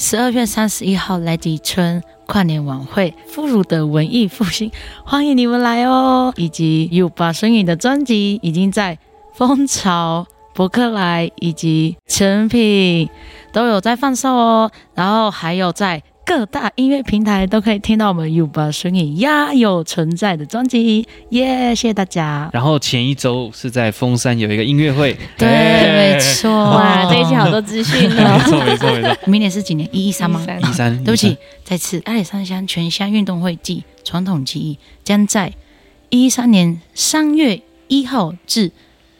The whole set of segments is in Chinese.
十二月三十一号来吉村跨年晚会，妇孺的文艺复兴，欢迎你们来哦！以及 U 八孙颖的专辑已经在蜂巢、博客来以及成品都有在贩售哦，然后还有在。各大音乐平台都可以听到我们 U 八孙颖呀有存在的专辑，耶、谢谢大家。然后前一周是在峰山有一个音乐会，对，哎没错。哇，这一期好多资讯哦 没。错没错没错，明年是几年？一一三吗？ 113一三，对不一起三，，再次，阿里山乡全乡运动会暨传统技艺将在一三年三月一号至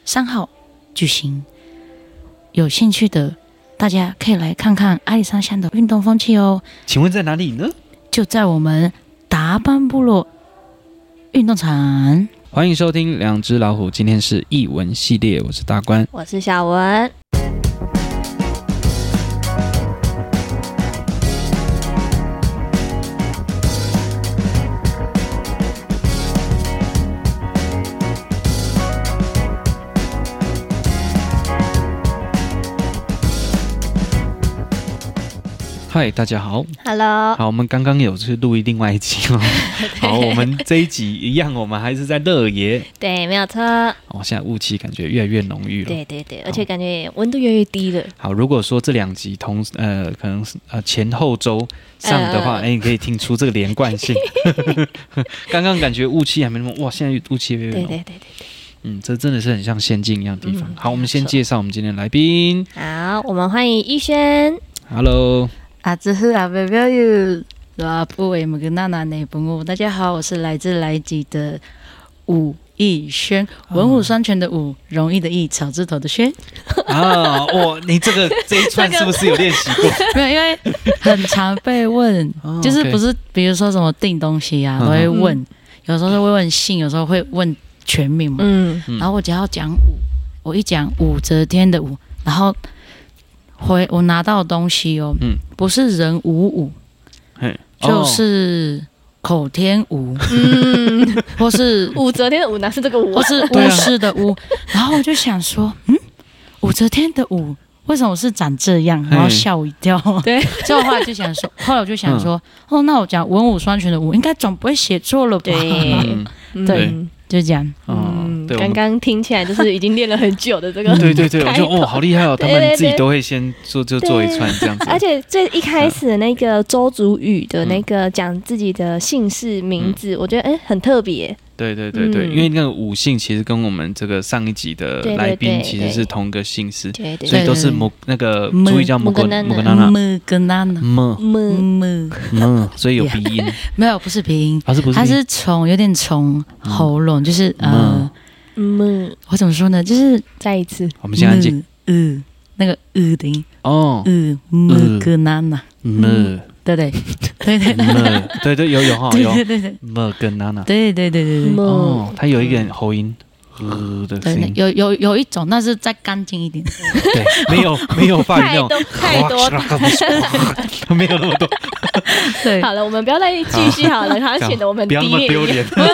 三号举行。有兴趣的大家可以来看看阿里山乡的运动风气哦，请问在哪里呢？就在我们达班部落运动场。欢迎收听《两只老虎》，今天是译文系列，我是大关。我是小文，嗨，大家好。 Hello，好，我们刚刚有去录另外一集 哦。好，我们这一集一样，我们还是在乐爷。对，没有错，哦，现在雾气感觉越来越浓郁了。对对对，而且感觉温度越来越低了，好，如果说这两集同呃，可能是呃前后周上的话，嗯嗯嗯哎、你可以听出这个连贯 性。刚刚感觉雾气还没那么哇，现在雾气越来越对浓。对对对。嗯，这真的是很像仙境一样的地方。嗯好，我们先没错介绍我们今天的来宾。好，我们欢迎逸轩， Hello，啊，这是阿贝表友，啊，不为某个娜娜内本我。大家好，我是来自莱吉的武艺轩，哦文武双全的武，容易的易，草字头的 轩。啊，哇，你这个这一串是不是有练习过？没有，因为很常被 问哦， 就是 OK 不是比如说什么订东西啊，嗯哼都会问，有时候是会问姓，有时候会问全名嘛。嗯，嗯然后我只要讲武，我一讲武则天的武，然后回我拿到的东西哦，嗯不是人五武，嘿就哦是口天吴，嗯， 或 是武则天的武哪是这个武或啊？是对啊巫师的巫，然后我就想说，嗯，武则天的武为什么是长这样？然后嗯吓我一跳。对， 所以我后来就想 说，后来我就想说，嗯哦，那我讲文武双全的武，应该总不会写错了吧？对嗯对嗯 就这样。，嗯，对，我刚们刚听起来就是已经练了很久的这个对对对，我觉开得哦，好厉害哦，他对们对自己对都会先做就做一串这样子，而且最一开始的那个周祖宇的那个讲自己的姓氏名字，嗯我觉得哎、很特别，对对对对，嗯因为那个五姓其实跟我们这个上一集的对对来宾对其实是同个姓氏，对对所以对，都是对母那个母注意叫母母格格母格娜娜娜嗯娜么跟娜娜，母么么母，所以有鼻 音，嗯没有，不是鼻音，啊是不是？它是从有点从喉咙，就是嗯呃，么，我怎么说呢？就是再一次，我们先安静么呃那个呃的音，哦，呃么跟娜娜，母对 不对？对对对母，嗯对对有有哈有对对对对。母跟娜娜对对对对对么哦，它有一点喉音。呃的声对，音，有有有一种，但是再干净 一点。对，没有没有发语太那种多，太多。 没有那么多，对，好了，我们不要再继续 好了，他显得我们很不要那低么丢劣一脸。样。不不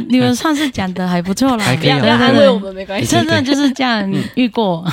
不，你们上次讲的还不错啦，还可不以啊对要不对要对安慰我们，没 关系。嗯真的就是这样遇过，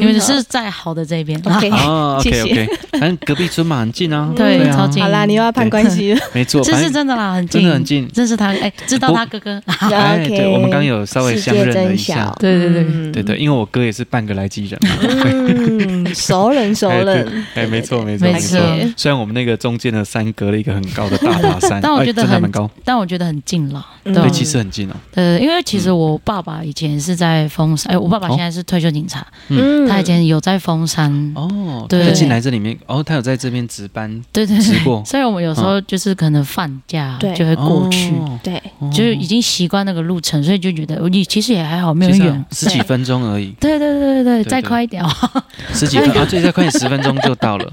你们是在好的这一边。啊 OK，哦谢，OK 谢 OK，反正隔壁村嘛，很近啊。对啊超近好啦，你又要攀关系了。没错，这反是正真的啦，很近，真的很近。认识他，哎，知道他哥哥。 哎，对，我们刚刚有稍微世相界认了真一下小，。对对对嗯对对，，因为我哥也是半个来基人嘛。 嗯，熟人熟哎对人，哎，没错没错没没错错。虽然我们那个中间的山隔了一个很高的大塔山，但我觉得哎真的很蛮高，但我觉得很近了，嗯对对，啊其实很近哦。呃，因为其实我爸爸以前是在峰山，哎，我爸爸哦现在是退休警察，嗯他以前有在峰山，哦，对他进来这里面，哦，他有在这边值班对对值对， 过，嗯所以我们有时候就是可能放假对就会过去，哦对，就是已经习惯那个路程，所以就觉得哦你其实也还好，没有其实啊远，十几分钟而已，对对对对对，对再快一点哦。 十几分啊，最再快点十分钟就到了。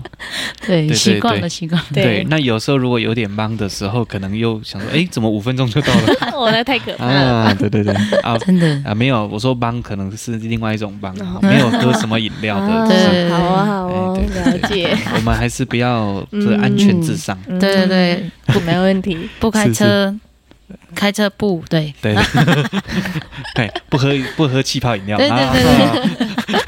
对，对习惯对了，习惯了。对，那有时候如果有点忙的时候，可能又想说，哎，怎么五分钟就到 了我哦那太可怕了。啊？对对对，啊，真的，啊，没有，我说帮可能是另外一种帮，哦没有喝什么饮料的。啊 是对好啊，好哎哦，对对了对解， 我们还是不要嗯这安全至上。 对对对，对，嗯没问题。不开车，开车不对，对，对，不喝不喝气泡饮料。对对啊对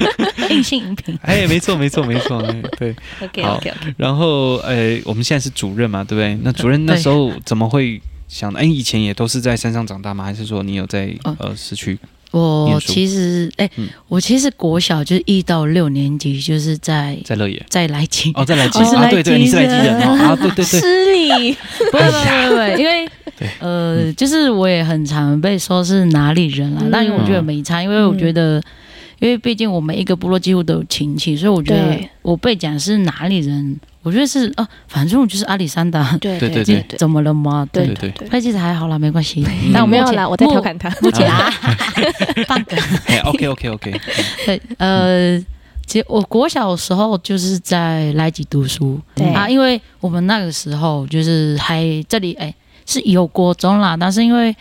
硬性饮品。哎，没错，没错，没错，哎对。 OK 好 OK OK，然后，呃，我们现在是主任嘛，对不对？那主任那时候怎么会想？哎，以前也都是在山上长大吗？还是说你有在哦呃市区？我念书其实，哎、嗯我其实国小就是一到六年级，就是在在乐野？在来景，哦，在来基我是啊，来对对，你是来基基人人哦，啊，对对 对，失礼，哎不会不会不会，因为呃，就是我也很常被说是哪里人啦，嗯但是我觉得没差，因为我觉得，因为毕竟我们一个部落几乎都有亲戚，所以我觉得对我被讲是哪里人，我觉得是哦、反正我就是阿里山达，对对对对对怎么了吗？对对，对对那其实还好啦，没关系。但那我没目有前啦，我在目调侃他，目前 啊，半个哎，OK OK OK，对呃。其实我国小的时候就是在来吉读书，对啊，因为我们那个时候就是还这里哎、是有国中啦，但是因为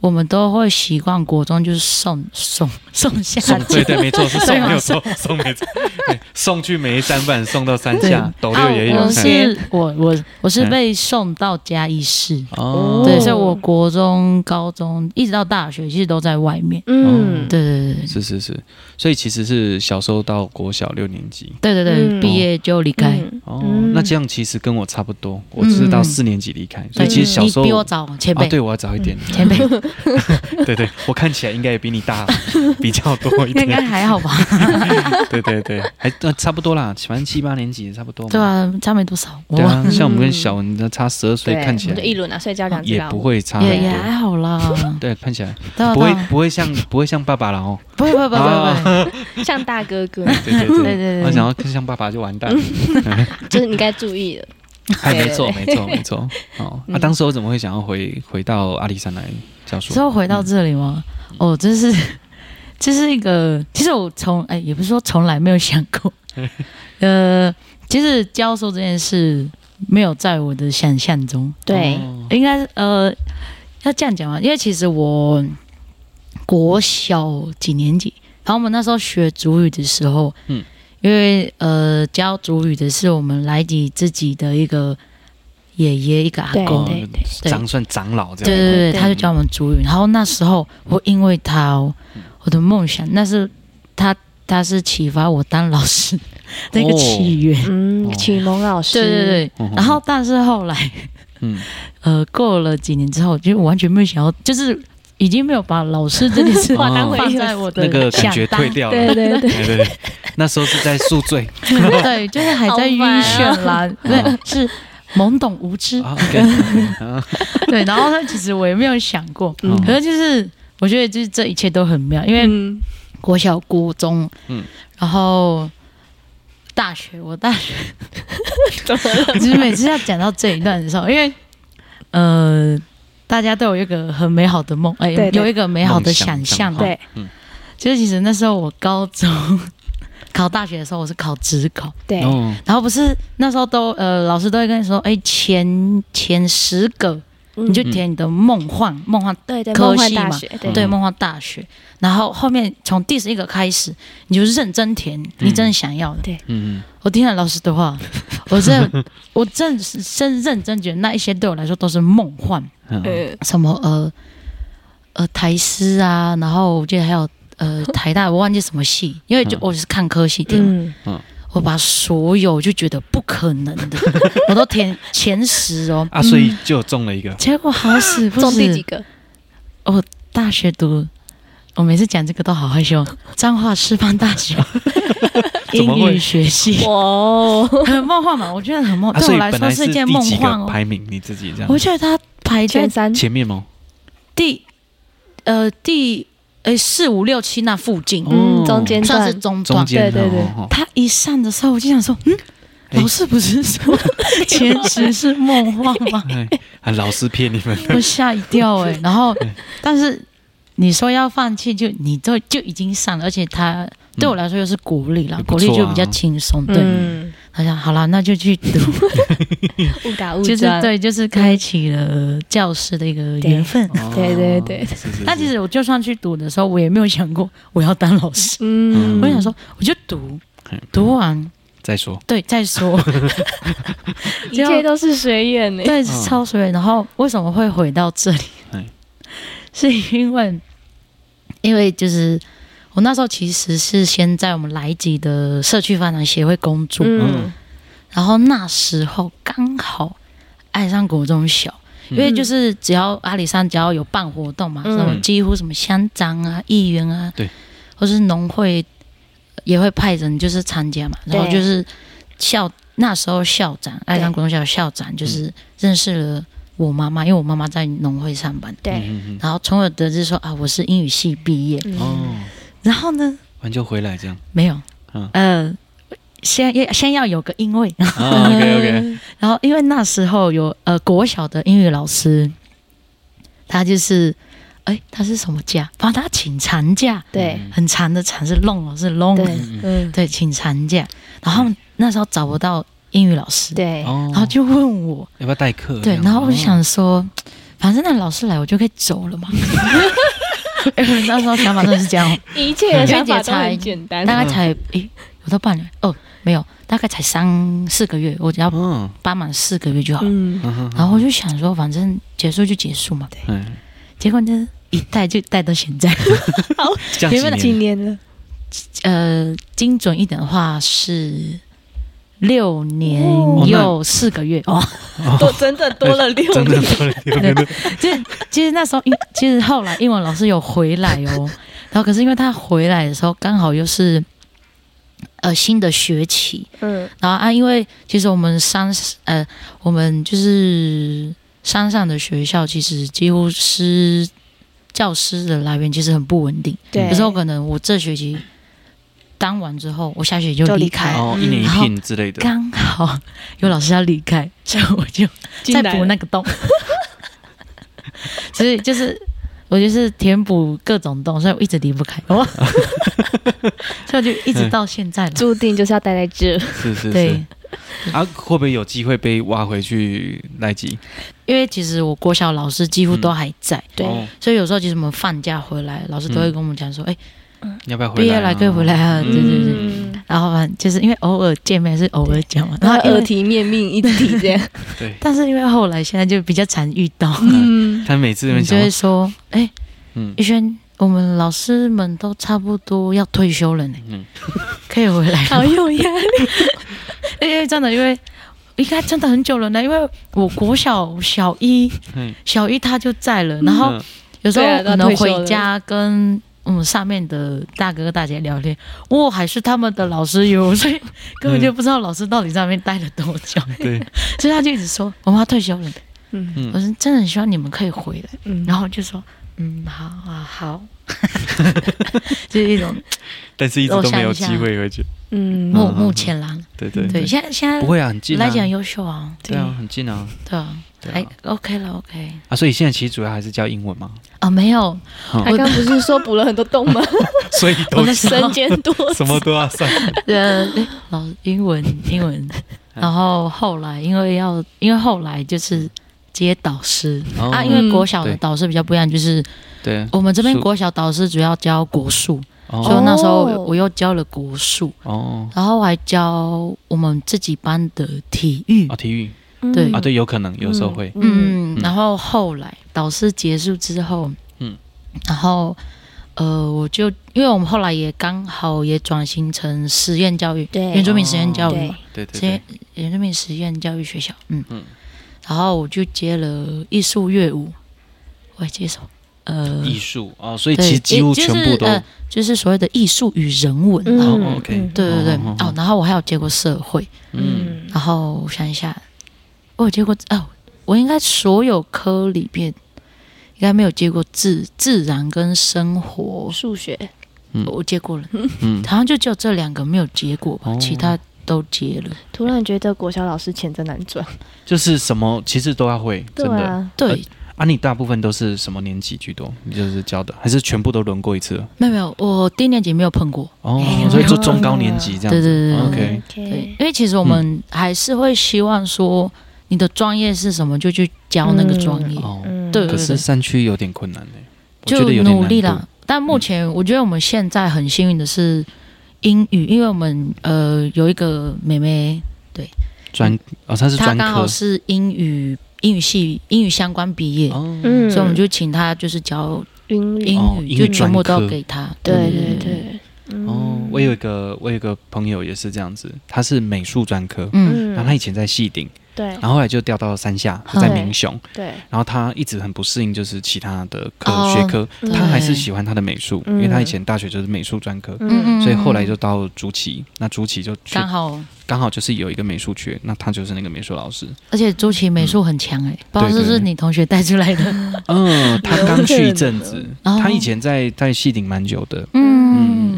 我们都会习惯国中就是送送送下送去对，对没错是对送吗没有错送没错，哎送去眉山半，送到山下，斗六啊也我有。嘿是我我我是嗯被送到嘉义市，哦对，所以我国中、高中一直到大学其实都在外面，哦嗯，对对对是是是，所以其实是小时候到国小六年级。对对对对，嗯毕业就离开。嗯哦，嗯那这样其实跟我差不多，我只是到嗯四年级离开，所对，以其实小时候你比我早前啊，辈，嗯对我要早一点，前辈 对对，我看起来应该也比你 大比较多一应该点，还好吧？对对对，还、呃、差不多啦，反正七八年级也差不多嘛。对啊，差没多少，我对忘啊，嗯像我们跟小文的差十二岁，看起我就一来轮啊，所以交两只也老不虎，会差很也也多。还好啦。 对，看起来对啊不对会啊啊不会像不会像爸爸 了哦。不会不会不会不会， 像大哥哥，对对对对对嗯我对想要像爸爸就完蛋了。就是你该注意了。哎，没错对没错没错。哦，啊，当时我怎么会想要回回到阿里山来教书嗯之？后回到这里吗？哦，这是这是一个，其实我从哎，也不是说从来没有想 过，呃，其实教授这件事没有在我的想象中， 对，哦应该是呃要这样讲嘛，因为其实我国小几年级，然后我们那时候学主语的时候，嗯嗯，因为呃教主语的是我们来自自己的一个爷爷一个阿对公哦，对对长算长老这对样。嗯对对，对他就教我们主语。然后那时候我因为他、哦，我的梦想那是他他是启发我当老师的一个起源。嗯哦，启蒙老师，对对对，嗯然后但是后来嗯，呃过了几年之后，就完全没有想要，就是已经没有把老师这件事 哦放放在我的那个感觉想当退掉了。嗯 对 对对，哎对对对，那时候是在宿 醉对，就是还在好晕烦啊眩啦，对，是懵懂无知。啊，OK，啊对，然后呢，其实我也没有想过，嗯可是就是我觉得就是这一切都很妙，因为嗯，国小、国中，嗯嗯，然后大学，我大学，怎么了？就是每次要讲到这一段的时候，因为呃，大家都有一个很美好的梦，哎、对对有一个美好的想象，梦对，对，就是其实那时候我高中 考大学的时候，我是考职考，对，哦，然后不是那时候都呃，老师都会跟你说，哎，前前十个你你就填你的梦幻，梦幻嗯对对，科梦幻系大嘛学，对对，嗯梦幻大学，然后后面从第十一个开始，你就认真填你真的想要的。嗯我听了老师的 话，我真的我真是真认真觉得那一些对我来说都是梦幻，嗯嗯，嗯，什么呃呃台师啊，然后我记得还有 呃台大，我忘记什么系，因为就嗯我是看科系填，嗯，我把所有就觉得不可能 的，我都填前十哦，啊，所以就中了一个，结果好死 不中死，第几个？大学读，我每次讲这个都好害羞。彰化师范大学 怎么英会语学 系，哇哦，很梦幻嘛？我觉得很梦，啊，所对以我来本说来是一件第梦几幻个哦。排名，你自己这样我觉得他排在前三，前面吗？第呃第诶四五六七那附近，嗯，中间算段是，哦中中段。间对对对哦哦他一上的时候，我就想说，嗯，哎老师不是说 前十是梦幻吗？哎，啊老师骗你 们，我吓一跳 哎、然后但是你说要放弃就，你都就已经上了，而且他对我来说又是鼓励啦，也不鼓错啊励就比较轻松。对，嗯，他想好啦，那就去 读，误打误就是撞，对，就是开启了教师的一个缘分。对对对哦是是是那其实我就算去读的时候，我也没有想过我要当老师，嗯，我想说我就读嗯，读完再说，对再说。一切都是随缘欸呢，对，嗯超水。然后为什么会 回到这里哎？是因为，因为就是我那时候其实是先在我们莱吉的社区发展协会工作，嗯然后那时候刚好爱上国中小，因为就是只要阿里山只要有办活动嘛，嗯什么几乎什么乡长啊、议员啊，对，或是农会也会派人就是参加嘛，对然后就是校那时候校长爱上国中小校长就是认识了我妈妈，因为我妈妈在农会上班，对，嗯嗯然后从而得知说啊我是英语系毕业，嗯嗯，哦，然后呢完就回来这样。没有，嗯呃，先要先要有个因 为。哦啊 ，OK OK，然后因为那时候有呃国小的英语老师，他就是哎他是什么假？反正他请长假，对很长的长是 long 哦是 long，嗯对对嗯，对，请长假。然后那时候找不到英语老师，对，哦，然后就问我，要不要代课？对，这样哦然后我就想说，反正那老师来我就可以走了嘛。哎我那时候想法真的是这样哦，一切的的想想法法都都很很简简大单，概才诶有到半年哦，没有，大概才三四个月，我只要嗯，搬满四个月就好了。嗯，嗯然后我就想说，反正结束就结束嘛。嗯，结果呢，一带就带到现在。这样原本几几年年了，呃，精准一点的话是六年哦又四个月哦。多整整多了六真的年，多了 六年的，其实其实那时候英，其实后来英文老师有回来哦。然后可是因为他回来的时候，刚好又是呃新的学期，嗯，然后啊，因为其实我们山呃，我们就是山上的学校，其实几乎师教师的来源其实很不稳定。对，有时候可能我这学期当完之后，我下学期就就离离开，开哦，一年一聘之类的，刚好有老师要离开，所以我就进再来补了 那个洞。所以就是我就是填补各种洞，所以我一直离不开， 哦、所以我就一直到现在了。注定就是要待在这，是是对是，，啊，会不会有机会被挖回去来吉？因为其实我国小老师几乎都还在，对，哦所以有时候其实我们放假回来，老师都会跟我们讲说：“哎、你要嗯不要回来啊？毕业了可以回来啊。嗯对对对。嗯，然后反正就是因为偶尔见面是偶尔讲嘛，然然后后因耳为提面命一直提这样，对，但是因为后来现在就比较常遇到， 嗯，他每次都你就想会，说，哎、嗯一轩，我们老师们都差不多要退休了呢，嗯，可以回来好了。有压力，因为真的，因为应该真的很久了呢，因为我国小小一嗯，小一他就在了，然后嗯有时候对啊可他能退休了回家跟。嗯，上面的大哥大姐聊天，我还是他们的老师哟，所以根本就不知道老师到底在那边待了多久，对， 所以他就一直说我们要退休了。嗯我嗯，说真的很希望你们可以回来。嗯，然后就说，嗯，好啊，好，就是一种但是一直都 没有机会回去，嗯，目嗯目前啦。对对对，，现在现在不会啊，很近啊来，讲优秀啊，对啊，很近啊，对啊，对还啊， OK 了，OK 啊，所以现在其实主要还是教英文嘛， 啊，没有，嗯他刚不是说补了很多 洞吗？所以我都在身兼多职什么都要上，呃，诶老英 文英文，嗯然后后来因为要因为后来就是。接导师哦 啊，因为嗯国小的对导师比较不一样，就是对，我们这边数国小导师主要教国术，所以哦那时候哦我又教了国术，哦然后我还教我们自己班的体育哦，体育对啊，对，有可能有时候会，嗯，嗯，嗯然后后来导师结束之后，嗯嗯，然后呃，我就因为我们后来也刚好也转型成实验教育，对原住民实验教育对嘛，，对实对验对，原住民实验教育学校，嗯嗯然后我就接了艺术乐舞，我还接什么？呃，艺术哦，所以对其实几乎也全就是部都呃就是所谓的艺术与人文啊，嗯哦，OK，对对对，哦哦，，然后我还有接过社会，嗯，然后我想一下，我有接过哦，我应该所有科里面应该没有接过自自然跟生活，数学，我接过了，嗯， 好像就只有这两个没有接过吧，哦其他都接了。突然觉得国小老师钱真难赚，就是什么其实都要会，对真的啊，对，啊，你大部分都是什么年级居多？你就是教的，还是全部都轮过一次了？没有没有，我低年级没有碰过。哦哎，啊所以就中高年级这样对对子，对嗯对 OK 对，因为其实我们还是会希望说你的专业是什么，就去教那个专业，哦，嗯，对可是山区有点困难呢，我就觉得有点努力难度啦。但目前我觉得我们现在很幸运的是英语，因为我们呃有一个妹妹，专哦，他是他专刚科好是英语英语系英语相关毕业，哦，嗯所以我们就请他就是教英语，英哦语英就语全专部都科给他。对对对，嗯哦，我有一个我有一个朋友也是这样子，他是美术专科，嗯，然后他以前在戏顶，对然后后来就调到山下，嗯在明雄，对，然后他一直很不适应就是其他的科、哦学科，对他还是喜欢他的美术，嗯因为他以前大学就是美术专科。嗯嗯，所以后来嗯就到竹崎，那竹崎就去刚好，刚好就是有一个美术缺，那他就是那个美术老师。而且朱琪美术很强哎，不知道是不对是对你同学带出来的？嗯，他有刚可去一能阵子，哦他以前在在戏顶蛮久的。嗯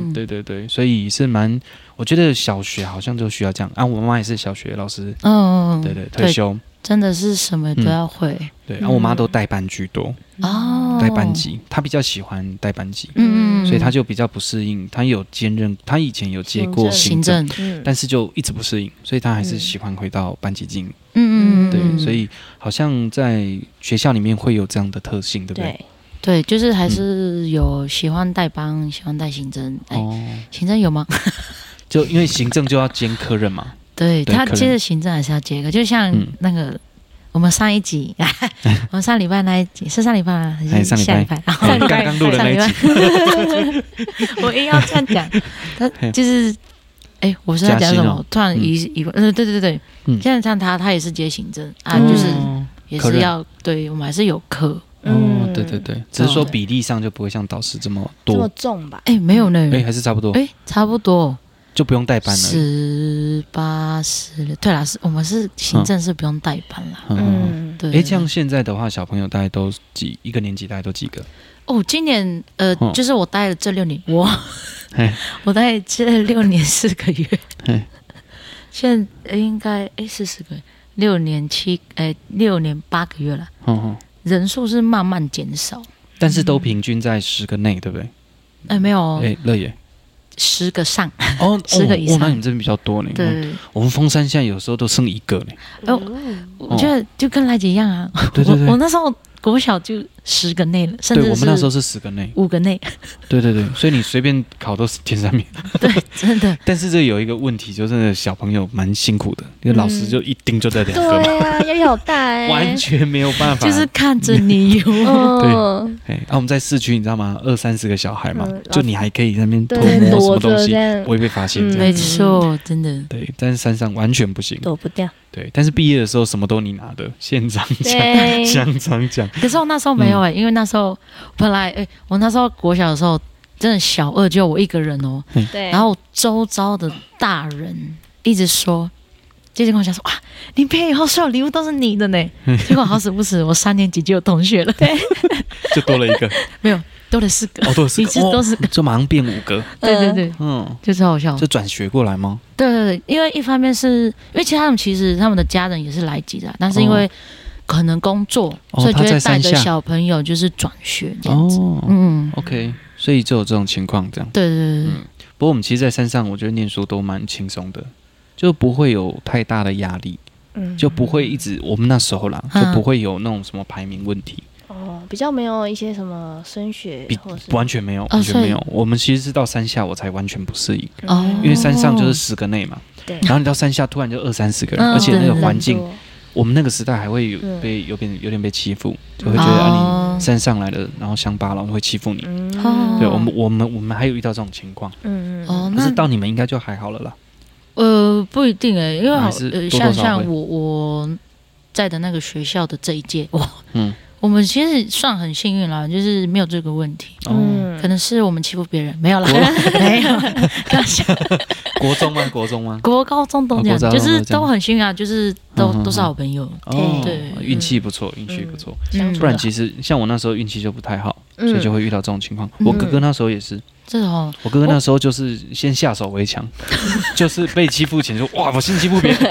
嗯，，对对对，所以是蛮，我觉得小学好像就需要这样啊。我妈妈也是小学老师，嗯，嗯，嗯对对，退，休，真的是什么都要会对，啊嗯嗯然后我妈都带班居多，哦，带班，级，她比较喜欢带班级，嗯嗯，嗯所以她就比较不适应。她有兼任，她以前有接过行行政，政，嗯但是就一直不适应，所以她还是嗯喜欢回到班级经营。嗯嗯嗯，对，嗯所以好像在学校里面会有这样的特性，对不对？对，对，就是还是有喜欢带帮，喜欢带行政，哎，嗯哦，行政有 吗？就因为行政就要兼科任嘛，对对他可能接着行政还是要接一个，就像嗯那个我们上一 集， 我们上礼拜那一集是上礼拜吗还哎是上礼下拜 礼拜？然后刚刚录的那一集，我硬要这样 讲，他就是，哎，我是在讲什假心么哦？突然疑疑问，呃，对对对对，嗯现在像他，他也是接行政啊，嗯就是哦也可是认要，对我们还是有课，哦嗯，对对对，只是说比例上就不会像导师这么这么多，重吧？哎，没有呢，哎，还是差不多，哎，差不多就不用代班了。十八十，对啦，是我们是行政是不用代班啦，嗯，嗯嗯嗯，对，哎，这样现在的话，小朋友大概都几一个年级大概都几个？哦，今年呃，嗯就是我待了这六年，我嘿 我待这六年四个月嘿，现在应该哎是四个月，六年七哎六年八个月了，嗯嗯，人数是慢慢减少，但是都平均在十个内，对不对？哎没有哎，乐野，十个上，哦， 10个哦以上哦那你们这边比较多呢。嗯，对，我们峰山现在有时候都剩一个呢。嗯哦我觉得就跟来姐一样啊，对对我我对，那时候国小就十个内了，甚对我至们那时是候是十个内。五个 内，对对对，所以你随便考都是前三名。对，真的，但是这有一个问题，就真的小朋友蛮辛苦的，因为老师就一盯就在两个嘛，对啊，压力好大哎，完全没有办法。就是看着你有，嗯，哎，啊，我们在市区，你知道吗？二三十个小孩嘛嗯，就你还可以在那边偷对，摸什么躲东着这西，样不会被发现。这样嗯没错，真的，对，但是山上完全不行。躲不掉，对，但是毕业的时候什么都你拿的，现场奖、 对，奖场奖，可是我那时候没有哎、因为那时候本来哎、我那时候国小的时候，真的小二就我一个人哦，对，然后周遭的大人一直说，接着跟我讲说哇，你毕业以后所有礼物都是你的 呢。结果好死不死，我三年级就有同学了，就多了一个，多了四个，哦，多了四一个直，都哦是个，哦就马上变五个，对对对，嗯，就超好笑。就转学过来吗？对对对，因为一方面是因为其实他们其实他们的家人也是来吉的啊，但是因为可能工作，哦所以就他会在带山着下小朋友就是转学这样子。哦嗯， ，OK，所以就有这种情况这样。对对对对，不过我们其实，在山上，我觉得念书都蛮轻松的，就不会有太大的压力，嗯就不会一直我们那时候啦，就嗯不会有那种什么排名问题，哦，比较没有一些什么升学比或是完全没有，嗯哦完全所以没有。我们其实是到山下，我才完全不适应，哦因为山上就是十个内嘛，嗯对然后你到山下突然就二三十个人，嗯而且那个对环境，人多我们那个时代还会有嗯被有点有点被欺负，就我会觉得、啊哦你山上来的，然后乡巴佬会欺负你。嗯哦对我们，我们我们还有遇到这种情况，嗯哦，可那是到你们应该就还好了啦。呃不一定诶，因为好还是呃多多像少像会我我在的那个学校的这一届，哇，嗯， 我们其实算很幸运啦，就是没有这个问题。哦，可能是我们欺负别人，没有啦，我没有，开玩笑国中吗？国中吗？国高中都这样，哦国高中就都这是样都很幸运啊，就是都嗯嗯嗯都是好朋友。哦，对运气不错，运气不错。嗯不然其实像我那时候运气就不太好，嗯所以就会遇到这种情况。我哥哥那时候也是，这种我哥哥那时候就是先下手为强， 就是被欺负 前说哇，我先欺负别人，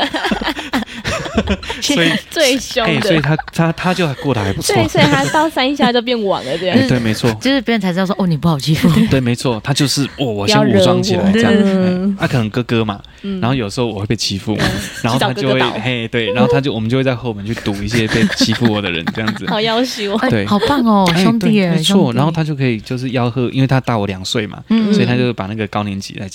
所以最凶哎，所以的，他他他就过得还不错。对，所以他到山下就变晚了，这样哎，对，没错，就是别人才知道说哦，你不好欺负。对，没错，他就是哦，我不要先惹武装起我来这样。嗯哎他可能哥哥嘛，然后有时候我会被欺负嘛，然后他就去会找哥哥打嘿，对，然后他就我们就会在后门去堵一些被欺负我的人这 样子。好要挟我，哎， 对好棒哦，哎兄对弟耶，兄没错。弟然后，他就可以就是吆喝，因为他大我两岁嘛，嗯所以他嗯就把那个高年级来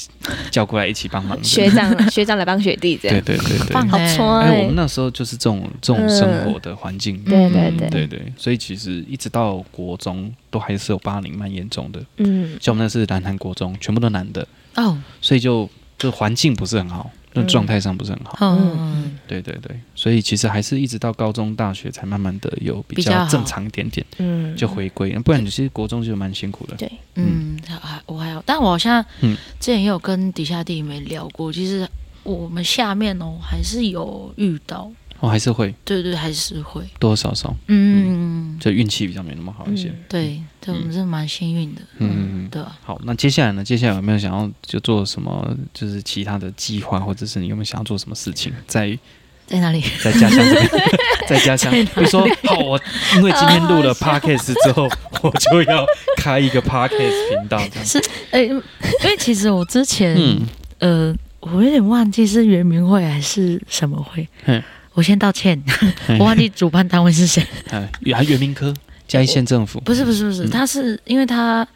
叫过来一起帮忙。学长学长来帮学弟这对样，对对对。棒好哎冲哎，我哎们，那时候就是这种这种生活的环境，对对嗯对，对对，所以其实一直到国中都还是有霸凌蛮严重的，嗯像我们那是南韩国中，全部都男的，哦，所以就就环境不是很好，那嗯状态上不是很好，嗯，对对对，所以其实还是一直到高中大学才慢慢的有比比较较好正常一点点嗯，就回归，不然其实国中就蛮辛苦的，对嗯，还我还有，但我好像嗯之前也有跟底下弟妹聊过，其实我们下面哦还是有遇到，我、哦还是会对对，还是会，多多少少嗯，就运气比较没那么好一些。嗯对，对我们是蛮幸运的，嗯嗯嗯对啊吧？好，那接下来呢？接下来有没有想要就做什么？就是其他的计划，或者是你有没有想要做什么事 情？在在哪里？在家乡这边， 在家乡，比如说，好，我因为今天录哦了 podcast 之后，我就要开一个 podcast 频道，这 样。是， 哎、因为其实我之前，嗯，呃，我有点忘记是圆明会还是什么会嗯，我先道歉， 我忘记主办单位是谁。哎，原原民科嘉义县政 府，不是不是不是，嗯他是因为他，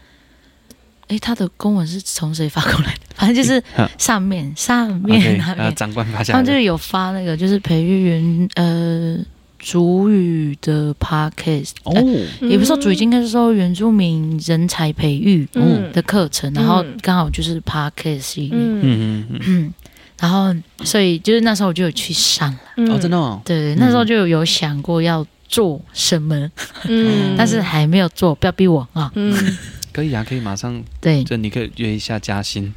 哎、他的公文是从谁发过来的？ 反正就是嗯上面上 OK，面那呃，边，哦长官发他下们就来，是有发那个就是培育原呃主语的 podcast，、呃哦，嗯也不是说主语，哦应该是说原住民人才培育嗯的课程，然后嗯刚好就是 podcast 系列。嗯嗯嗯嗯，然后所以就是那时候我就有去上了，嗯嗯，哦，真的哦，对，那时候就有想过要做什么，哦嗯但是还没有做，不要逼我啊。 嗯可以啊，可以马上，对，就你可以约一下嘉欣，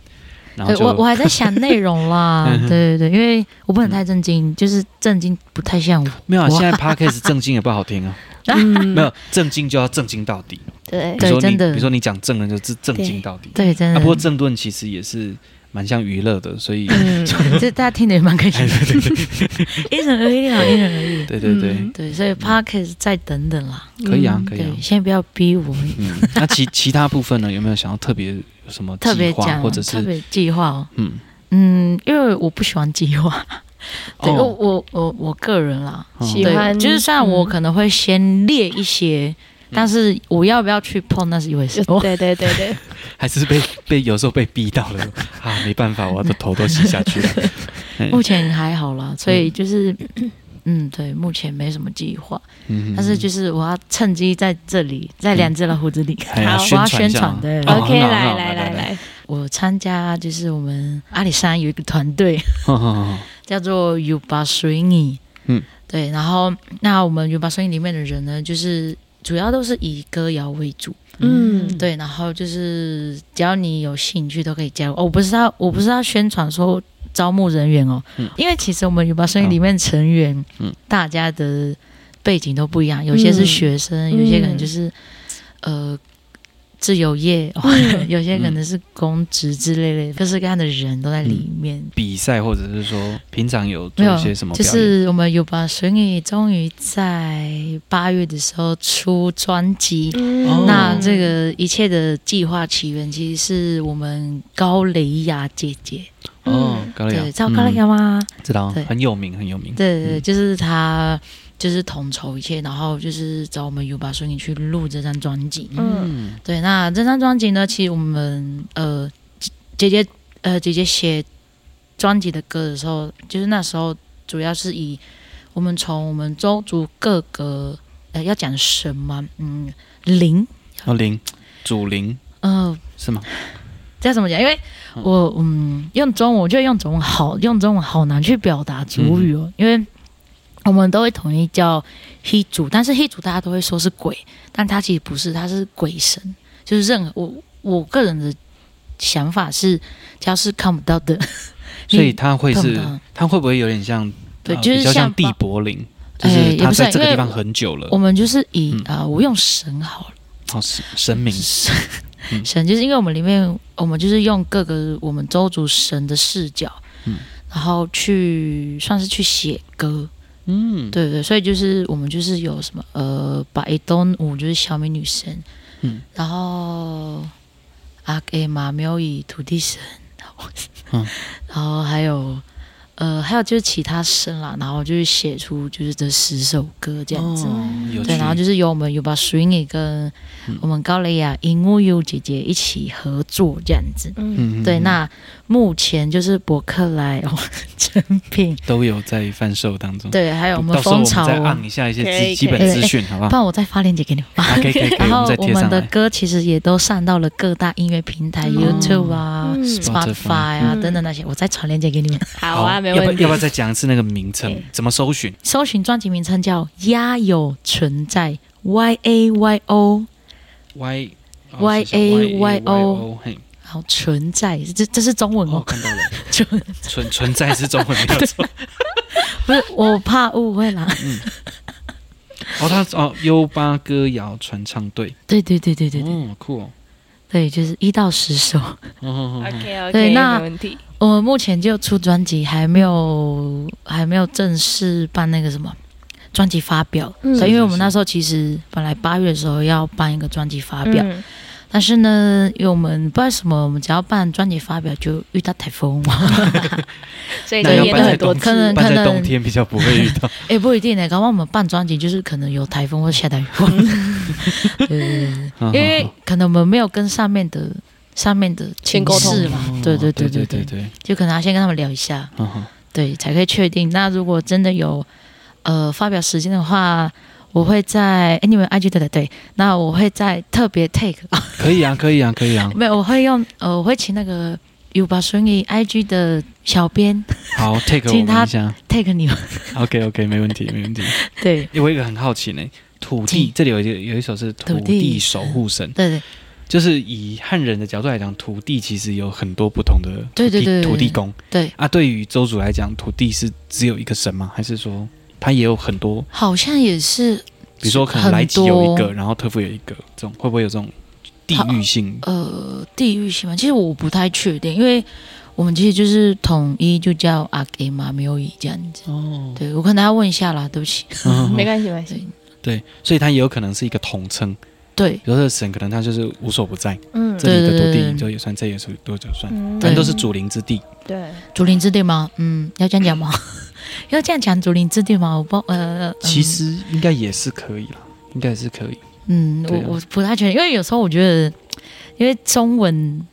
然后对就我我还在想内容啦 嗯，哼嗯对对对，因为我不能太震惊，就是震惊不太像我，没有啊，我现在 podcast 正经也不好听啊，嗯没有正经就要正经到底，对比如说对真你，的比如说你讲正人就是正经到底，对，真啊，的。不过政论其实也是蛮像娱乐的，所以嗯 这大家听得也蛮开心的，哎因人而异 啊，因人而异。对对对，对，所以 podcast 再等等啦，可以啊，嗯可以啊对，。先不要逼我们嗯，那其其他部分呢，有没有想要特别有什么特别计划，讲，或者特是别计划哦。嗯，嗯，因为我不喜欢计划，对、我哦，我我我个人啦，哦喜对，欢就是虽然我嗯可能会先列一些，嗯但是我要不要去碰那是一回事。我对对对 对，还是被被有时候被逼到了啊，没办法，我的头都洗下去了。嗯目前还好啦，所以就是，嗯对，目前没什么计划，嗯但是就是我要趁机在这里，在两只老虎子里，嗯还要好我要宣传一宣下传对哦很好 OK，很好来来来来来，来，我参加就是我们阿里山有一个团队 哼哼哼叫做 u b a s w i n g 嗯，对，然后那我们 u b a s w i n g 里面的人呢，就是主要都是以歌谣为主。嗯，对，然后就是只要你有兴趣都可以加入。哦，我不是要，我不是要宣传说招募人员哦，嗯因为其实我们羽毛生意里面成员，嗯大家的背景都不一样，有些是学生，有些可能就是嗯呃自由业，哦有些可能是公职之类的，各式各样的人都在里面。比赛或者是说平常有没嗯做有一些什么，就表演？是我们有把水女终于在八月的时候出专辑，嗯哦那这个一切的计划起源，其实是我们高蕾雅姐姐，哦，高丽对，雅，知道高蕾雅吗？嗯知道对，很有名，很有名。对对对，就是她，就是统筹一切，然后就是找我们 U 把顺你去录这张专辑。嗯嗯，对，那这张专辑呢，其实我们呃姐姐呃姐姐写专辑的歌的时候，就是那时候主要是以我们从我们周族各个呃要讲什么，嗯，灵，哦，林，祖林呃，是吗？这要怎么讲？因为我嗯，用中文，我觉得用中文好，用中文好难去表达主语嗯哦，因为我们都会统一叫黑族，但是黑族大家都会说是鬼，但它其实不是，它是鬼神，就是任何我我个人的想法是，只要是看不到的， 所 以他会碰是到，他会不会有点像？对呃就是比较像像地把柏林，哎就是也他不是在这个因为地方很久了我。们就是以嗯啊、我用神好了。哦，神神明，神嗯神，就是因为我们里面，我们就是用各个我们周族神的视角，嗯然后去算是去写歌，嗯，对对，所以就是我们就是有什么呃，把一东舞就是小美女神，嗯然后阿给马喵以土地神， 嗯然后还有呃，还有就是其他声啦，然后就是写出就是这十首歌这样子。哦有对，趣嗯然后就是由我们 Yuba Swing 跟我们高啊蕾雅樱木优姐姐一起合作这样子。嗯，嗯嗯对，嗯那目前就是博客来哦 成品，都有在贩售当中。对，还有我们啊到时候风我们潮再文，按一下一些可以基基本可以资讯，好不不好？然我再发链接给你们。 啊，可以可以可以，哎 然我后们再我贴们上的来。歌其实也都上到了各大音乐平台、嗯 YouTube 啊、嗯 Spotify 啊、嗯等等那些，我再传链接给你们。好啊，没要不要问题。要不要再讲一次那个名 称哎？怎么搜寻？搜寻专辑名称叫《鸭有存在》Y A Y O， Y Y A Y O O，嘿，好存在，这这是中文哦，哦，看到了，存存存在是中文 没有错。不是我怕误会啦。 哦，他哦，优巴歌谣传唱队，对对对对对嗯对哦，酷哦，对，就是一到十首。哦哦哦 OK 对 OK，那没问题。我们目前就出专辑，还没有还没有正式办那个什么专辑发表，嗯所以因为我是们是那时候其实本来八月的时候要办一个专辑啊发表，嗯但是呢，因为我们不知道什么，我们只要办专辑发表就遇到台风， 所以就那要演搬了在很多冬次，可能办在冬天比较不会遇到，也不一定呢、搞不好我们办专辑就是可能有台风或下大雨，对对对对因 因为可能我们没有跟上面的上面的情先沟通势哦嘛，对对对对对对对，对，就可能要先跟他们聊一下，哦哦对，才可以确定。那如果真的有呃发表时间的话，我会在哎你们 IG 对对对，那我会在特别 take 啊，，可以啊，可以啊，可以啊没有，我会用呃我会请那个 U 八顺义 IG 的小编好，take 我请他们一下 take 你们， ，OK OK，没问题，没问题。 对诶我有一个很好奇呢，土地请这里有一个有一首是土土地地守护神，对对就是以汉人的角度来讲，土地其实有很多不同的土对地对对土地公对，啊。对于周族来讲，土地是只有一个神吗？还是说他也有很多？好像也是比如说，可很能莱吉有一多个，然后特夫有一个，这种会不会有这种地域性？呃地域性嘛，其实我不太确定，因为我们其实就是统一就叫阿给嘛，没有以这样子。哦，对我可能要问一下啦，对不起。嗯没关系，没关系。对，所以它也有可能是一个统称。 对比如说神，可能他就是无所不在，嗯，这里对的对土对地对就也算，这也是多就算，嗯反正都是主灵之地。对，竹林之地吗？嗯，要这样 讲吗？要这样讲竹林之地吗？我不呃，嗯其实应该也是可以啦，应该也是可以。嗯，对啊我我不太确定，因为有时候我觉得，因为中文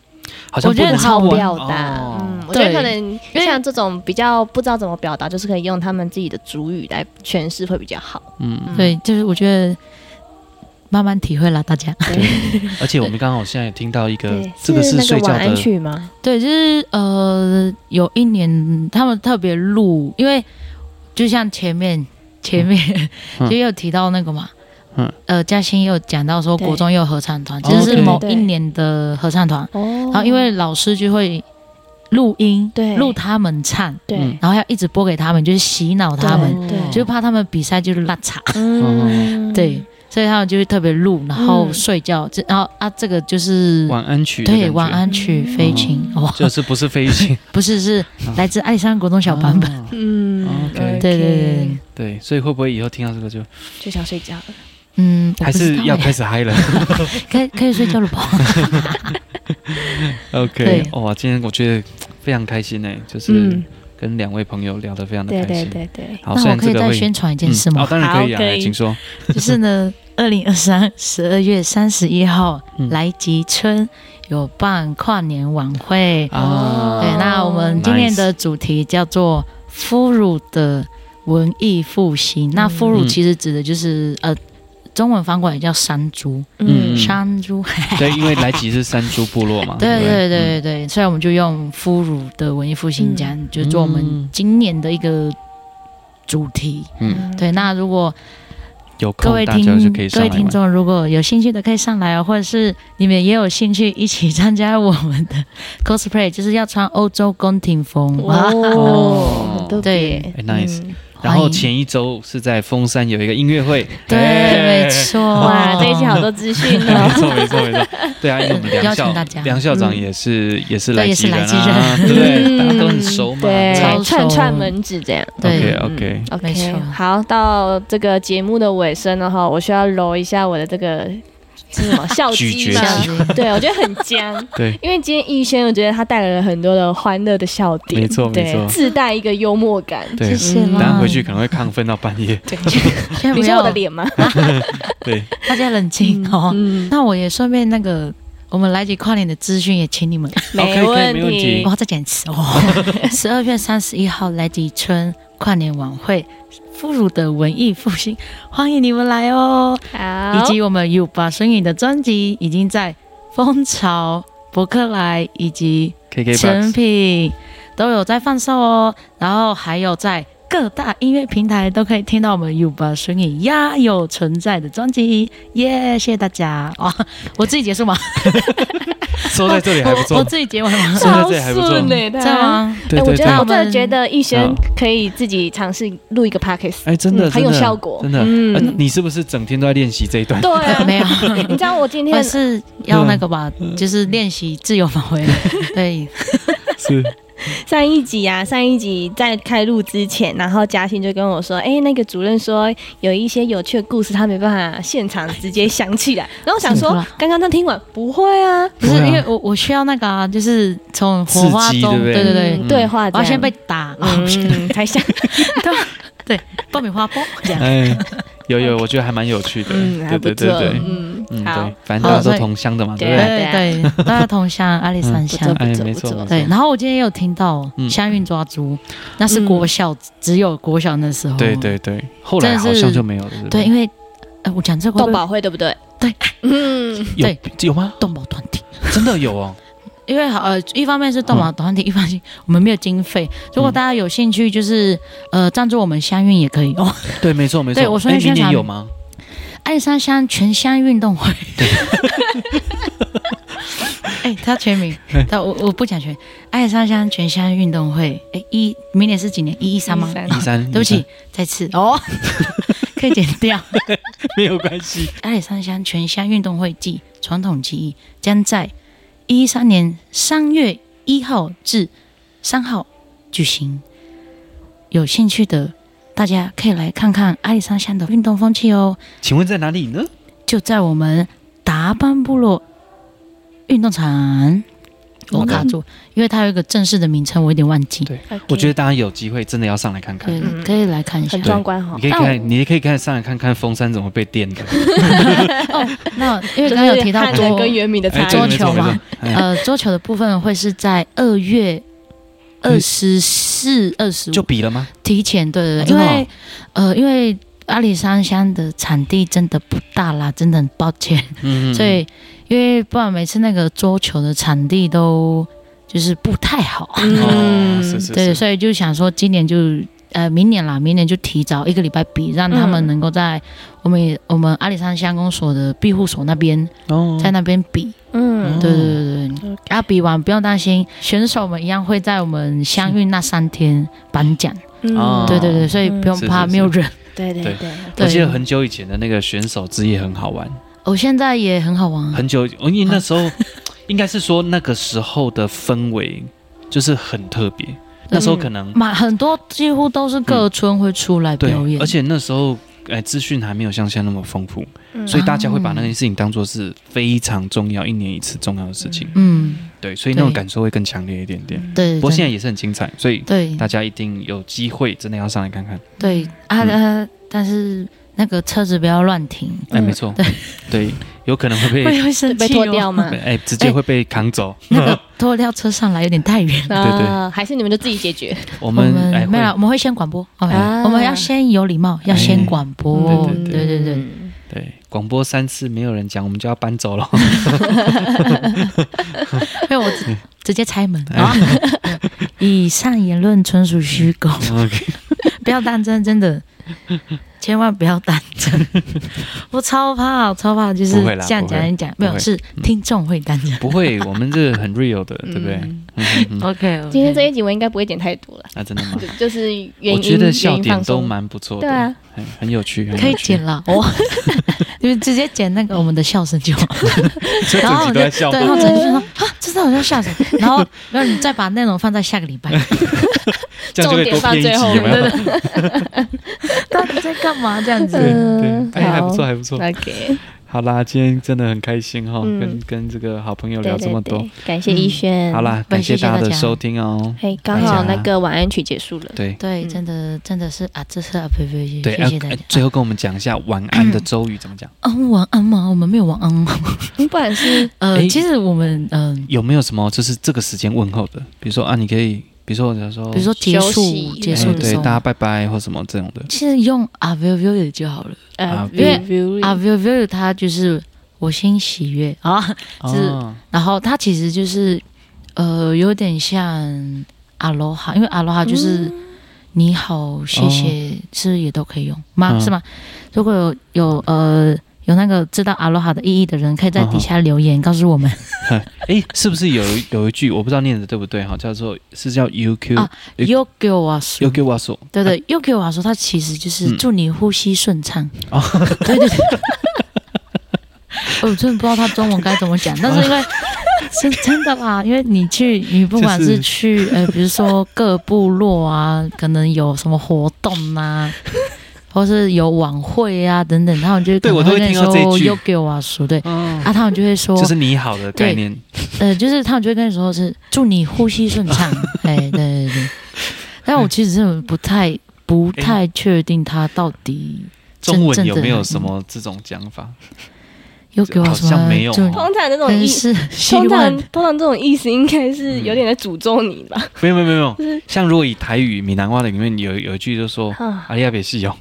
好像我觉得不能很好问表达，哦嗯，我觉得对可能像这种比较不知道怎么表达，就是可以用他们自己的主语来诠释会比较好。嗯，对，就是我觉得慢慢体会啦，大家。 而且我们刚好现在有听到一个对，，这个是那睡个觉晚安的，嗯曲吗？对，就是呃，有一年他们特别录，因为就像前面前面、嗯就有提到那个嘛。嗯呃，嘉欣也有讲到说，对国中也有合唱团，哦其实是对某对一年的合唱团。哦，然后因为老师就会录音，对录他们唱，对嗯然后要一直播给他们，就是洗脑他们，对对就怕他们比赛就是落差，嗯，对，所以他们就会特别录，然后嗯睡觉，这然后啊，这个就是晚安曲，对晚，安曲嗯飞禽哦，就是啊不是飞行不是是来自爱上国中 小版本，本，嗯 OK 对对对对，对，所以会不会以后听到这个就就想睡觉了。嗯，我还不知是道要欸开始嗨了可以可以睡觉了吧？ ？OK，对哇，今天我觉得非常开心呢，就是嗯，跟两位朋友聊得非常的对开对心。对对，好，那虽我然可这以个再会宣传一件事嗯吗哦，？当然可以好可啊，以请说。 就是呢，二零二三十二月三十一号嗯来吉村有办跨年晚会，啊哦对，那我们今天的主题叫做“俘虏的文艺复兴”。嗯那俘虏其实指的就是、呃，中文翻过来叫山猪，嗯山猪。 对，因为莱吉是山猪部落嘛， 对不对对对对，所以我们就用“俘虏的文艺复兴”这样、嗯就做我们今年的一个主题。嗯，对，那如果有各位空大听家就可以各上位来听玩。众如果有兴趣的可以上来哦，或者是你们也有兴趣一起参加我们的 cosplay，就是要穿欧洲宫廷风。 哇哦，很特别对哎，nice 嗯然后欢迎前一周是在峰山有一个音乐会，对，哎没错。哇，这一期好多资讯没哦。 错没错没错，对啊，因为 我们梁邀请校大家嗯梁校长也是也是对莱也吉是人莱啊，吉人嗯对，大家都很熟嘛，嗯对超熟，串串门子这样。对 OK，OK 嗯 OK，没错好，到这个节目的尾声了哈，我需要揉一下我的这个是什么笑咀肌嚼吗？肌 对，我觉得很僵。对，因为今天逸轩，我觉得他带来了很多的欢乐的笑点，没错没对，错自带一个幽默感。谢，对嗯谢等啦。下回去可能会亢奋到半夜。对，先 你不说我要的，脸 吗？对，大家冷静哦。嗯，那我也顺便那个，我们来集跨年的资讯也请你们， OK，OK，问没问题我要再讲一次哦。 十二月三十一号来集春跨年晚会，妇孺的文艺复兴，欢迎你们来哦。以好，及我们 U 把孙颖的专辑已经在蜂巢、博客来以及 KK 成 Box，品都有在贩售哦，然后还有在各大音乐平台都可以听到我们 U 把孙颖呀有存在的专辑，耶！谢谢大家哇，我自己结束 吗？收在这里还 不我我错。自己结尾吗？说到这里还不错超顺欸这样？吗？他对哎，我对觉对得，我我真们的觉得逸轩好可以自己尝试录一个 podcast，哎，真的嗯很有真的效果真的。嗯呃你是不是整天都在练习这一段？对啊，呃 没有，你知道我今我天哦是要那个吧，嗯就是练习自由发 挥。对， 啊是，上一集啊，上一集在开录之前，然后嘉欣就跟我说，哎、那个主任说有一些有趣的故事，他没办法现场直接想起来。然后我想是说吗，刚刚那听完不会啊，不是对啊因为我我需要那个啊，就是从火花刺激中，对不对对对对，嗯对话这我要样先被哦打，嗯才 想，对，爆米花崩这样。哎，有有，我觉得还蛮有趣的。嗯还对不对错对对，，嗯嗯，好对，，反正大家好都所以同乡的嘛，对不对啊对？对对，大家同乡，阿里山嗯不乡错。不哎错没不错错没，错对，然后我今天也有听到嗯香运抓猪，嗯那是国小，只有国小那时候。对对对，后哦来真的好是像就没有了，是不是对，因为呃，我讲这个会动不会保会对不对？对，嗯，有对有吗？动保团体。真的有 哦，因为呃，一方面是动保团体，一方面我们没有经费。如嗯果大家有兴趣，就是呃赞助我们香运也可以哦。对，没错没错。对我说哎宣明年传有吗？爱山乡全乡运动会。 哎、他全名，但我我不讲全。爱山乡全乡运动会，哎、一明年是几年？一一三吗？一三 一三，啊对不一起三，，再次哦， 可以剪掉。 没有关系。阿里山乡全乡运动会暨传统技艺将在一三年三月一号至三号举行。有兴趣的大家可以来看看阿里山乡的运动风气哦，请问在哪里呢？就在我们达班部落运动场。我卡住，因为它有一个正式的名称，我有点忘记。对我觉得大家有机会真的要上来看看对，。嗯可以来看一下很。壮观哦哈你可，以那看，你也可以看上来看看峰山怎么被电 的。 那因为刚刚有提到就是汉桌人跟原名的差哎，桌对异没球错没吗错。哎呃，桌球的部分会是在二月二十四、二十就五比了吗？提前，对对哦对，因真的哦为呃，因为阿里山乡的产地真的不大啦，真的很抱歉，嗯，嗯所以因为不然每次那个桌球的产地都就是不太好，哦，嗯是是对，是，所以就想说今年就呃明年啦，明年就提早一个礼拜比，让他们嗯能够在我们也我们阿里山乡公所的庇护所那边，哦在那边比，嗯对对对对，啊，比完不用担心，选手们一样会在我们相遇那三天颁奖。哦嗯，对对对，所以不用是怕是是没有人。对对对对，对我记得很久以前的那个选手之夜很好玩，我现在也很好玩啊，很久，因为那 时候应该是说那个时候的氛围就是很特别，嗯那时候可能蛮很多几乎都是各村会出来嗯对表演，，而且那时候哎资讯还没有像现在那么丰富，嗯所以大家会把那件事情当做是非常重要、一年一次重要的事情，嗯，对，所以那种对感受会更强烈一点点。对。不过真现的在也是很精彩，所以对大家一定有机会真的要上来看看。对啊嗯啊，但是那个车子不要乱停，哎，嗯没错，对，有可能会 被会会生被气脱哦。掉吗？哎直接会被扛走。 那个拖掉车上来有点太远，对啊，还是你们就自己解决。我我们哎们没有啦，会我们会先广播，哦啊我们要先有礼貌，要先哎广播，对对对对。哦对，对广播三次没有人讲，我们就要搬走了。被我嗯直直接拆门啊！ 以上言论纯属虚构，哎 OK， 不要当真，真的，千万不要当 真。我超怕，超怕，就是不会啦这样讲一讲，没有不会嗯是听众会当真。不会，我们这很 real 的，对不对？嗯嗯嗯 OK，今天这一集我应该不会剪太多了，那真的吗？就就是原因我觉得笑原因点放都松蛮不错的，对啊，很很有趣，很有可以趣 剪了，哦， 你们直接剪那个我们的笑声就好。 所以然整后我集都就在笑对，然吗？后整集就说 啊，这是好像笑声。 然后然后你再把内容放在下个礼拜。这样就会多编一集，有没有？ 到底在干嘛？这样子。对对，嗯哎，还不 好错，还不错。 OK，好啦，今天真的很开心哈、嗯跟跟这个好朋友对聊这对么多。对，感谢逸轩。好，啦，感谢谢谢大家的大家收听哦。嘿，刚好那个晚安曲结束了。对对，嗯真的真的是啊，这是啊，呸呸呸，对，谢谢大呃家。最后跟我们讲一下晚安的周语怎么讲，嗯，晚安吗？我们没有晚安。嗯不管是呃，诶其实我们嗯，有没有什么就是这个时间问候的？比如说啊，你可以，比如说我说，比如说结休束息结哎束的对时大候，家拜拜或什么这种的。其实用啊 v i v i 也就好了。呃啊 v i 对 v 啊 v i v i 它就是我心喜悦啊， 是哦然后它其实就是呃，有点像阿罗哈，因为阿罗哈就是嗯你好、谢谢，是不是也都可以用吗？嗯是吗？如果有有呃有那个知道阿罗哈的意义的人，可以在底下留言告诉我们。哎，是不是有有一句我不知道念的对不对哈？叫做是叫 UQ 啊诶 Yo g o 啊， UQ 我说，对对，Yo g o 啊，说它其实就是嗯祝你呼吸顺畅。哦 对对对。哦我真的不知道它中文该怎么讲，但哦是因为 是真的啦，因为你去，你不管就是是去呃，比如说各部落啊，可能有什么活动 啊，或是有晚会啊等等，他们就对我都会听到这一句 Yo g o 啊，说对嗯，啊，他们就会说，就是你好的概念，呃，就是他们就会跟你说是祝你呼吸顺 畅，哎，对对对。但我其实真的不太不哎太确定他到底中文真有正的没有什么这种讲法？又给我什么？好像没有祝哦通常这种但意，是 希通常望通常这种意思应该是有点在诅咒你吧？没有没有没有就没有 是，像如果以台语闽南话的里面有有一句就说啊阿里亚别西哦，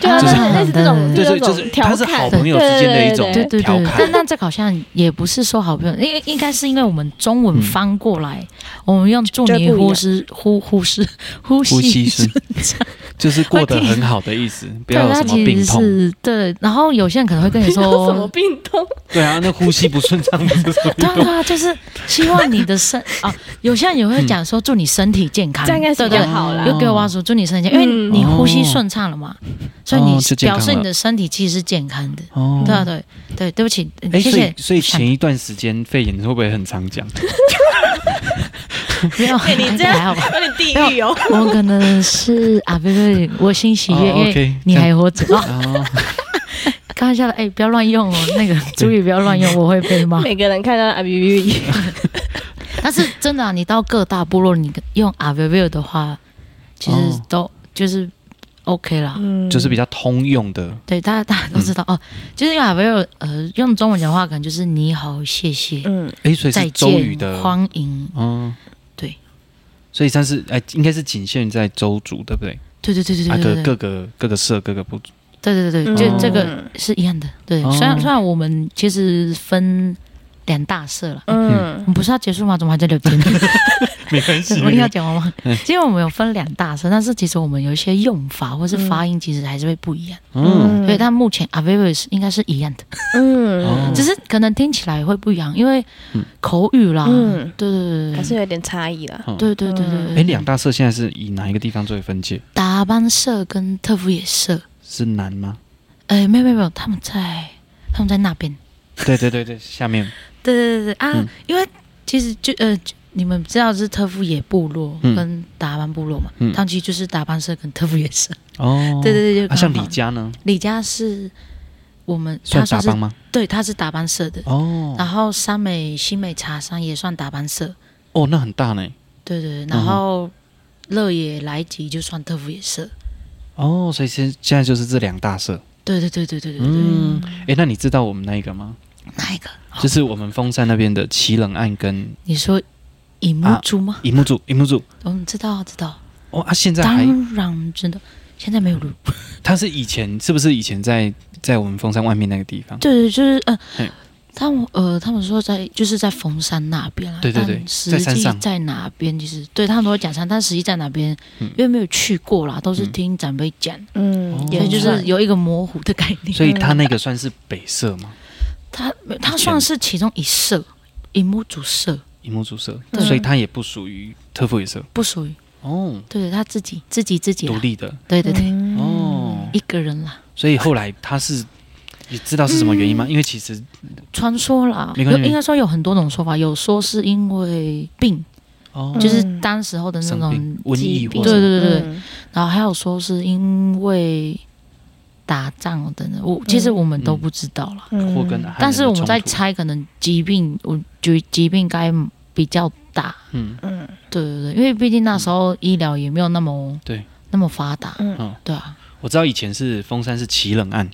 对啊，就是嗯类似这种，对对对，就这种是调他侃是好朋友之间的一种 对对调对，但侃，那这个好像也不是说好朋友，因为应该是因为我们中文嗯翻过来，我们用祝就你不一样呼吸呼呼吸呼呼吸吸声就是过得很好的 意思，不对，要有他什么其病实痛。是对，然后有些人可能会跟你有什么说，病痛？对啊，那呼吸不顺畅不是什么 对病啊痛对啊，就是希望你的身啊，有些人也会讲说祝你身体健康， 这样应该是对比较对，好啦又给我挖出祝你身体健康，因为嗯你呼吸顺畅了嘛，所以哦你就健康表了示你的身体其实是健康的。哦对啊，对对，对不起，嗯哎，谢所以谢，所以前一段时间肺炎会不会很 常讲？没有，哎你这还好样吧？有点地狱哦。我可能是啊，不不，不我心喜悦，哦因为 OK，你还活着啊！哦，开玩笑的，哎，不要乱用哦，那个主语不要乱用，我会被 骂。每个人看到啊阿 B B， 但是真的、啊，你到各大部落，你用 a v i 的话，其实哦都、就是 OK 啦。嗯就是比较通用的对，大家大家都知道、嗯哦，就是用 a v i 呃，用中文讲话可能就是你好、谢谢、嗯，哎，所以再是周语见的、欢迎。嗯，对，所以算是哎，应该是仅限在周族，对不对？对对对对啊，对对对各各个各个社各个部族，对对对，嗯就这个嗯是一样的。对，哦虽然虽然我们其实分两大社了。嗯我们不是要结束吗？怎么还在聊 天？没关系 我一定要讲完吗嗯？因为我们有分两大社，但是其实我们有一些用法或是发音，其实还是会不一样。嗯，所以但目前 a v i v 是应该是一样的，嗯哦只是可能听起来会不一样，因为嗯口语啦，嗯对对对还对是有点差异哦啦。对对对对嗯对。哎，两大社现在是以哪一个地方作为分界？达班社跟特夫野社，是南吗？哎，没有没有没有，他们在他们在那边。对对对对，下面对对对对啊嗯，因为其实就呃，就你们知道是特夫野部落嗯跟达班部落嘛，嗯他们其实就是达班社跟特夫野社。哦，对对对，就啊，刚像好李家呢，李家是我们，他算算打是啊帮吗？对，他是打班社的。哦然后三美、新美茶山也算打班社，哦，那很大呢。对嗯对对。然后乐野、来吉就算特务野社，哦，所以现现在就是这两大社。对对对对对对对。嗯，哎，那你知道我们那一个吗？哪一个？哦就是我们风扇那边的奇冷岸跟你说乙木啊猪吗？银木柱，银木柱。嗯，知道知道，哦啊，现在还当然知道。现在没有录，他是以前是不是以前在在我们风山外面那个地方？对对，就是呃嘿，他们呃，他们说在就是在峰山那边啊，对对对但在实山际上在哪边？其实对他们都会讲山，但实际在哪边，嗯因为没有去过啦，都是嗯听长辈讲，哦嗯所以就是有一个模糊的概念。所以他那个算是北社吗？它它算是其中一社，荧幕组社银木柱社，对所以他也不属于特富野社不属于，哦，对他自己自己自己独啦，立的嗯对啊嗯对对，哦。一个人啦，所以后来他是也知道是什么原因嗯吗？因为其实传说啦，没关有系应该说有很多种说法，有说是因为病，哦嗯就是当时候的那生种病、瘟疫疾病或对者对对对，然后还有说是因为打仗等等，我其实我们都不知道啦。嗯或跟，啊汉人的但是我们在冲突猜，可能疾病，我觉得疾病该比较大。嗯嗯对对对，因为毕竟那时候医疗也没有那么对那么发达。嗯嗯，对啊，我知道以前是峰山是奇冷案，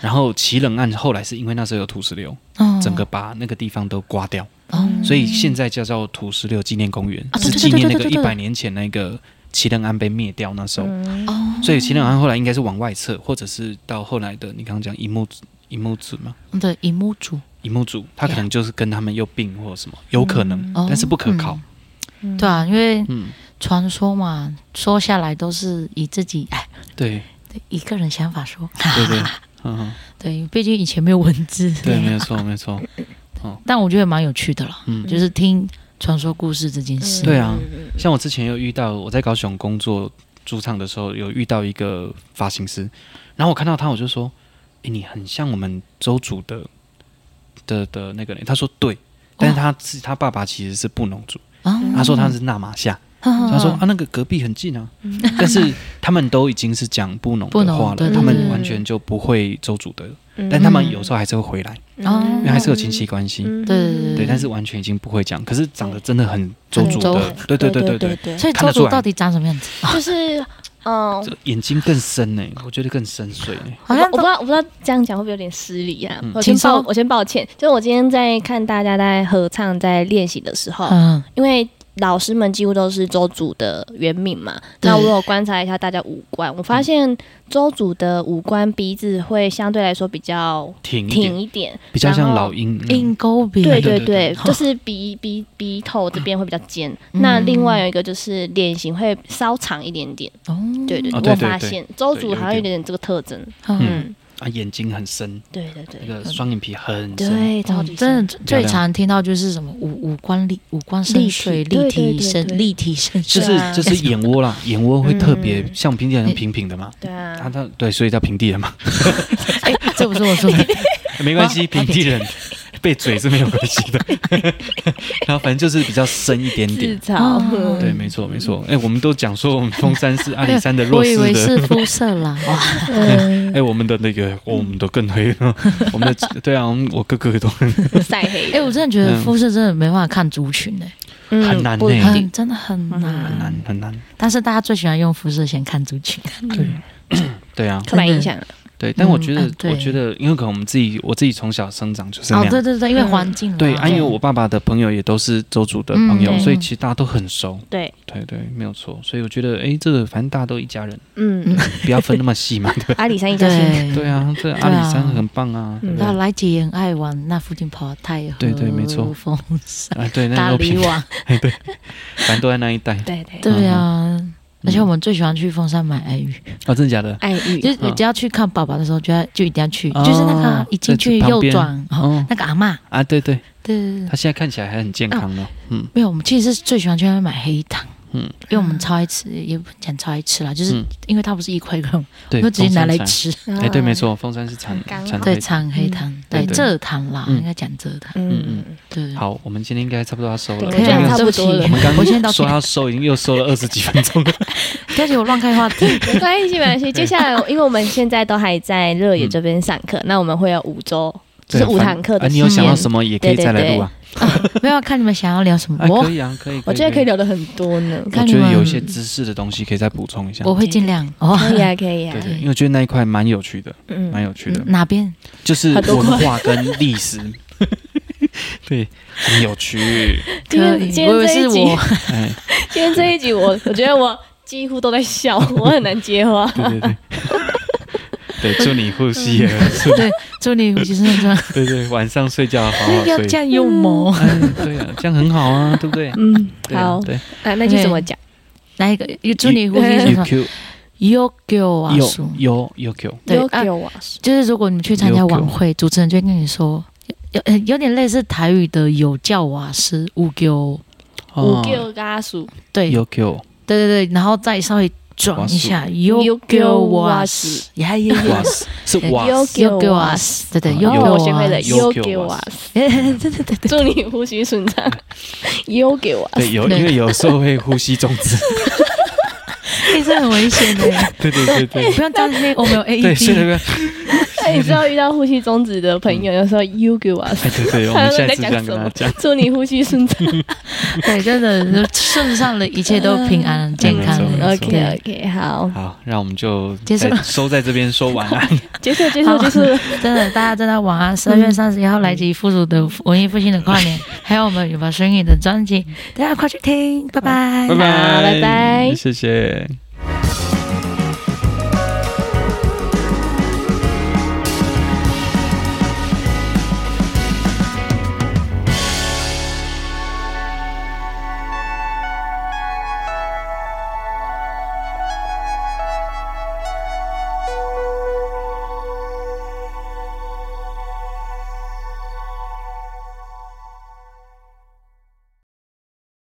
然后奇冷案后来是因为那时候有土石流，嗯整个把那个地方都刮掉，哦嗯所以现在叫做土石流纪念公园，啊对是对纪念对那个对一对对百年前那个奇冷案被灭掉那时候。嗯，哦，所以奇冷案后来应该是往外撤，或者是到后来的你刚刚讲一木一木子嘛，对，荧幕组一木组，他可能就是跟他们又并或什么，有可嗯能，哦但是不可靠。对啊，因为嗯，传说嘛，说下来都是以自己哎对对以个人想法说，对对，嗯嗯，对，毕竟以前没有文字，对，没有错没有错，但我觉得蛮有趣的啦，嗯就是听传说故事这件事。对啊，像我之前有遇到，我在高雄工作驻唱的时候，有遇到一个发型师，然后我看到他，我就说：“诶，你很像我们周主的的的那个人。”他说：“对。”但是他是、他爸爸其实是布农族，啊，他说他是纳马夏，他他说啊那个隔壁很近啊，嗯但是他们都已经是讲布农布的农话对了，对他对们完全就不会周主的，但他们有时候还是会回来，哦因为还是有亲戚关系，嗯，对对对对，但是完全已经不会讲，可是长得真的很周主的，对对对对对，对，所以周主到底长什么样 子？就是嗯，这眼睛更深呢、我觉得更深邃呢、哦好像我不知道，我不知道这样讲会不会有点失礼啊？嗯我先请抱说，我先抱歉。就是我今天在看大家在合唱、在练习的时候，嗯，因为老师们几乎都是周组的原名嘛，对那我有观察一下大家五官，我发现周组的五官鼻子会相对来说比较挺一挺点，一点，比较然像后老鹰。嗯鹰钩鼻，对对对对对， 对就是鼻鼻鼻头这边会比较尖。嗯那另外有一个就是脸型会稍长一点点。哦，对对，哦对对对我发对现周对组有好像有一点点这个特征。嗯，嗯，啊，眼睛很深，对对对那。个双眼皮很深，对，超哦级真的漂最亮常听到就是什么五五官立五官深邃，立体立对对体对深对立体深就邃，是对啊就是眼窝啦，眼窝会特别嗯像平地人平平的嘛。对啊他，他对，所以叫平地人嘛，哎，这不是我说的，没关系，平地人被嘴是没有关系的。然后反正就是比较深一点点，嘲哦对，没错没错。哎，我们都讲说我们峰山是阿里山的 弱我以势为的，是肤色 啦，哇，哎，我们的那个我们的更黑，我们的对啊，我们我哥哥都很 晒黑哎，我真的觉得嗯肤色真的没办法看族群哎， 很难嗯不呢一定很真的很很难难，很难，但是大家最喜欢用肤色先看族群，对啊。嗯刻板印象。对，但我嗯觉得，啊对我觉得，因为可能我们自己，我自己从小生长就是那哦，样。对对对，因为环境啦对啊，因为我爸爸的朋友也都是周主的朋友，嗯所以其实大家都很熟。对，对对，没有错。所以我觉得，哎，这个反正大家都一家人，嗯，不要分那么细嘛。 对吧阿里山一家亲。对对啊，这阿对啊嗯里山很棒啊，对不对那？来姐也很爱往那附近跑，太对对没错风扇、啊，对，那大肉理品，网，反正都在那一带。对对，对啊。嗯而且我们最喜欢去凤山买爱鱼，啊，真的假的？爱玉就是我只要去看爸爸的时候，就要就一定要去，啊哦就是那个一进去在旁右边转，哦哦那个阿嬷，啊，对对，对对对他，现在看起来还很健康哦呢。嗯没有，我们其实是最喜欢去那边买黑糖，嗯嗯，因为我们超爱吃，也不讲超爱吃啦，就是嗯，因为它不是一块一块，我 对，们就直接凤拿山来产。吃，哎，对，没。错，凤山是产刚产好对，黑掺黑糖，对嗯对对蔗糖啦，嗯应该讲蔗糖，嗯嗯对对。对好，我们今天应该差不多要收了。对可以我觉得啊，差对不不起，多了我们刚我先道说歉，要收，已经又收了二十几分钟了。对不起，我乱开话题。 没关系，没关系。接下来，因为我们现在都还在热野这边上课，那我们会有五周， 就是对五反堂课啊，的。你有想到什么也可以再来录啊。没有看你们想要聊什么，啊，我可以啊，可以。我觉得可以。聊的很多呢。看我你觉们得有一些知识的东西可以再补充一下。我会尽量哦。可以啊，可以啊对。对，因为我觉得那一块蛮有趣的，嗯蛮有趣的，哪边？就是很多块文化跟历 史。对，很有趣。今可天以今我以为天这是一集，我哎， 今天这一集，我我觉得我几乎都在笑， 我很难接话。对 对对。对，祝你呼吸也很 顺。对，祝你呼吸顺畅，对对，晚上睡觉好 好要睡这。样幽默。哎，对啊，这样很好啊，对不对？嗯，对啊好，对啊，那句怎么讲？来一个，祝你呼吸顺畅。 ，UQ Yo yo 啊，有有 UQ，对有啊给我就是如果你去参加晚会，主持人就会跟你说，有有有点类似台语的有叫瓦斯乌丢，五哦给家属，对对 UQ 对对，然后再稍微转一下 Yo yo 瓦斯，呀呀哇呀 塞，是哇塞。有给 Yo yo 我瓦。斯，对对啊 Yo 哦，我学 yo 会瓦了，斯，有有给给我我啊啊，哎对对对对，祝你呼吸顺 畅，有给我啊。对，有对 因为有时候会呼吸中止，哎，这很危险的，对对对 对不要担心，我们有 E 对，是那 AED。个，哎，你知道遇到呼吸终止的朋友，有时候 you 啊 give us，哎对对，我们下一次这样跟他讲，祝你呼吸顺畅。 对，真的顺畅的一切都平安健康 没的。错 OK 对， OK，好，好，让我们就结束在收在这边说晚安，结束结 束好结束。 真的，大家真的晚安。十二月三十一号来及复读的文艺复兴的跨年，还有我们有把声音的专辑，大家快去听，拜拜拜拜拜谢谢。